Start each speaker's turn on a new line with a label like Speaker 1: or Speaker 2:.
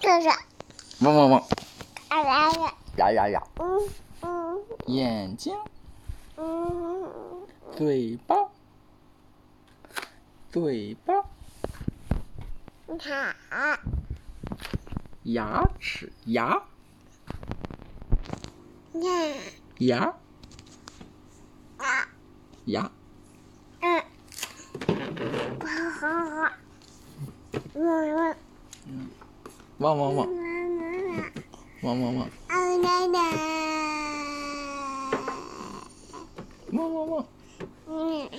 Speaker 1: 这是
Speaker 2: 汪汪汪，
Speaker 1: 啊来了，
Speaker 2: 呀呀呀，
Speaker 1: 嗯嗯
Speaker 2: 眼睛、
Speaker 1: 嗯，
Speaker 2: 嘴巴、嘴巴、
Speaker 1: 塔
Speaker 2: 牙齿、牙、
Speaker 1: 呀
Speaker 2: 牙、
Speaker 1: 啊
Speaker 2: 牙。
Speaker 1: 嗯，好好好，我我
Speaker 2: 汪汪
Speaker 1: 我我
Speaker 2: 汪，
Speaker 1: 我。
Speaker 2: 汪汪汪，
Speaker 1: 啊奶奶，
Speaker 2: 汪汪汪，
Speaker 1: 嗯，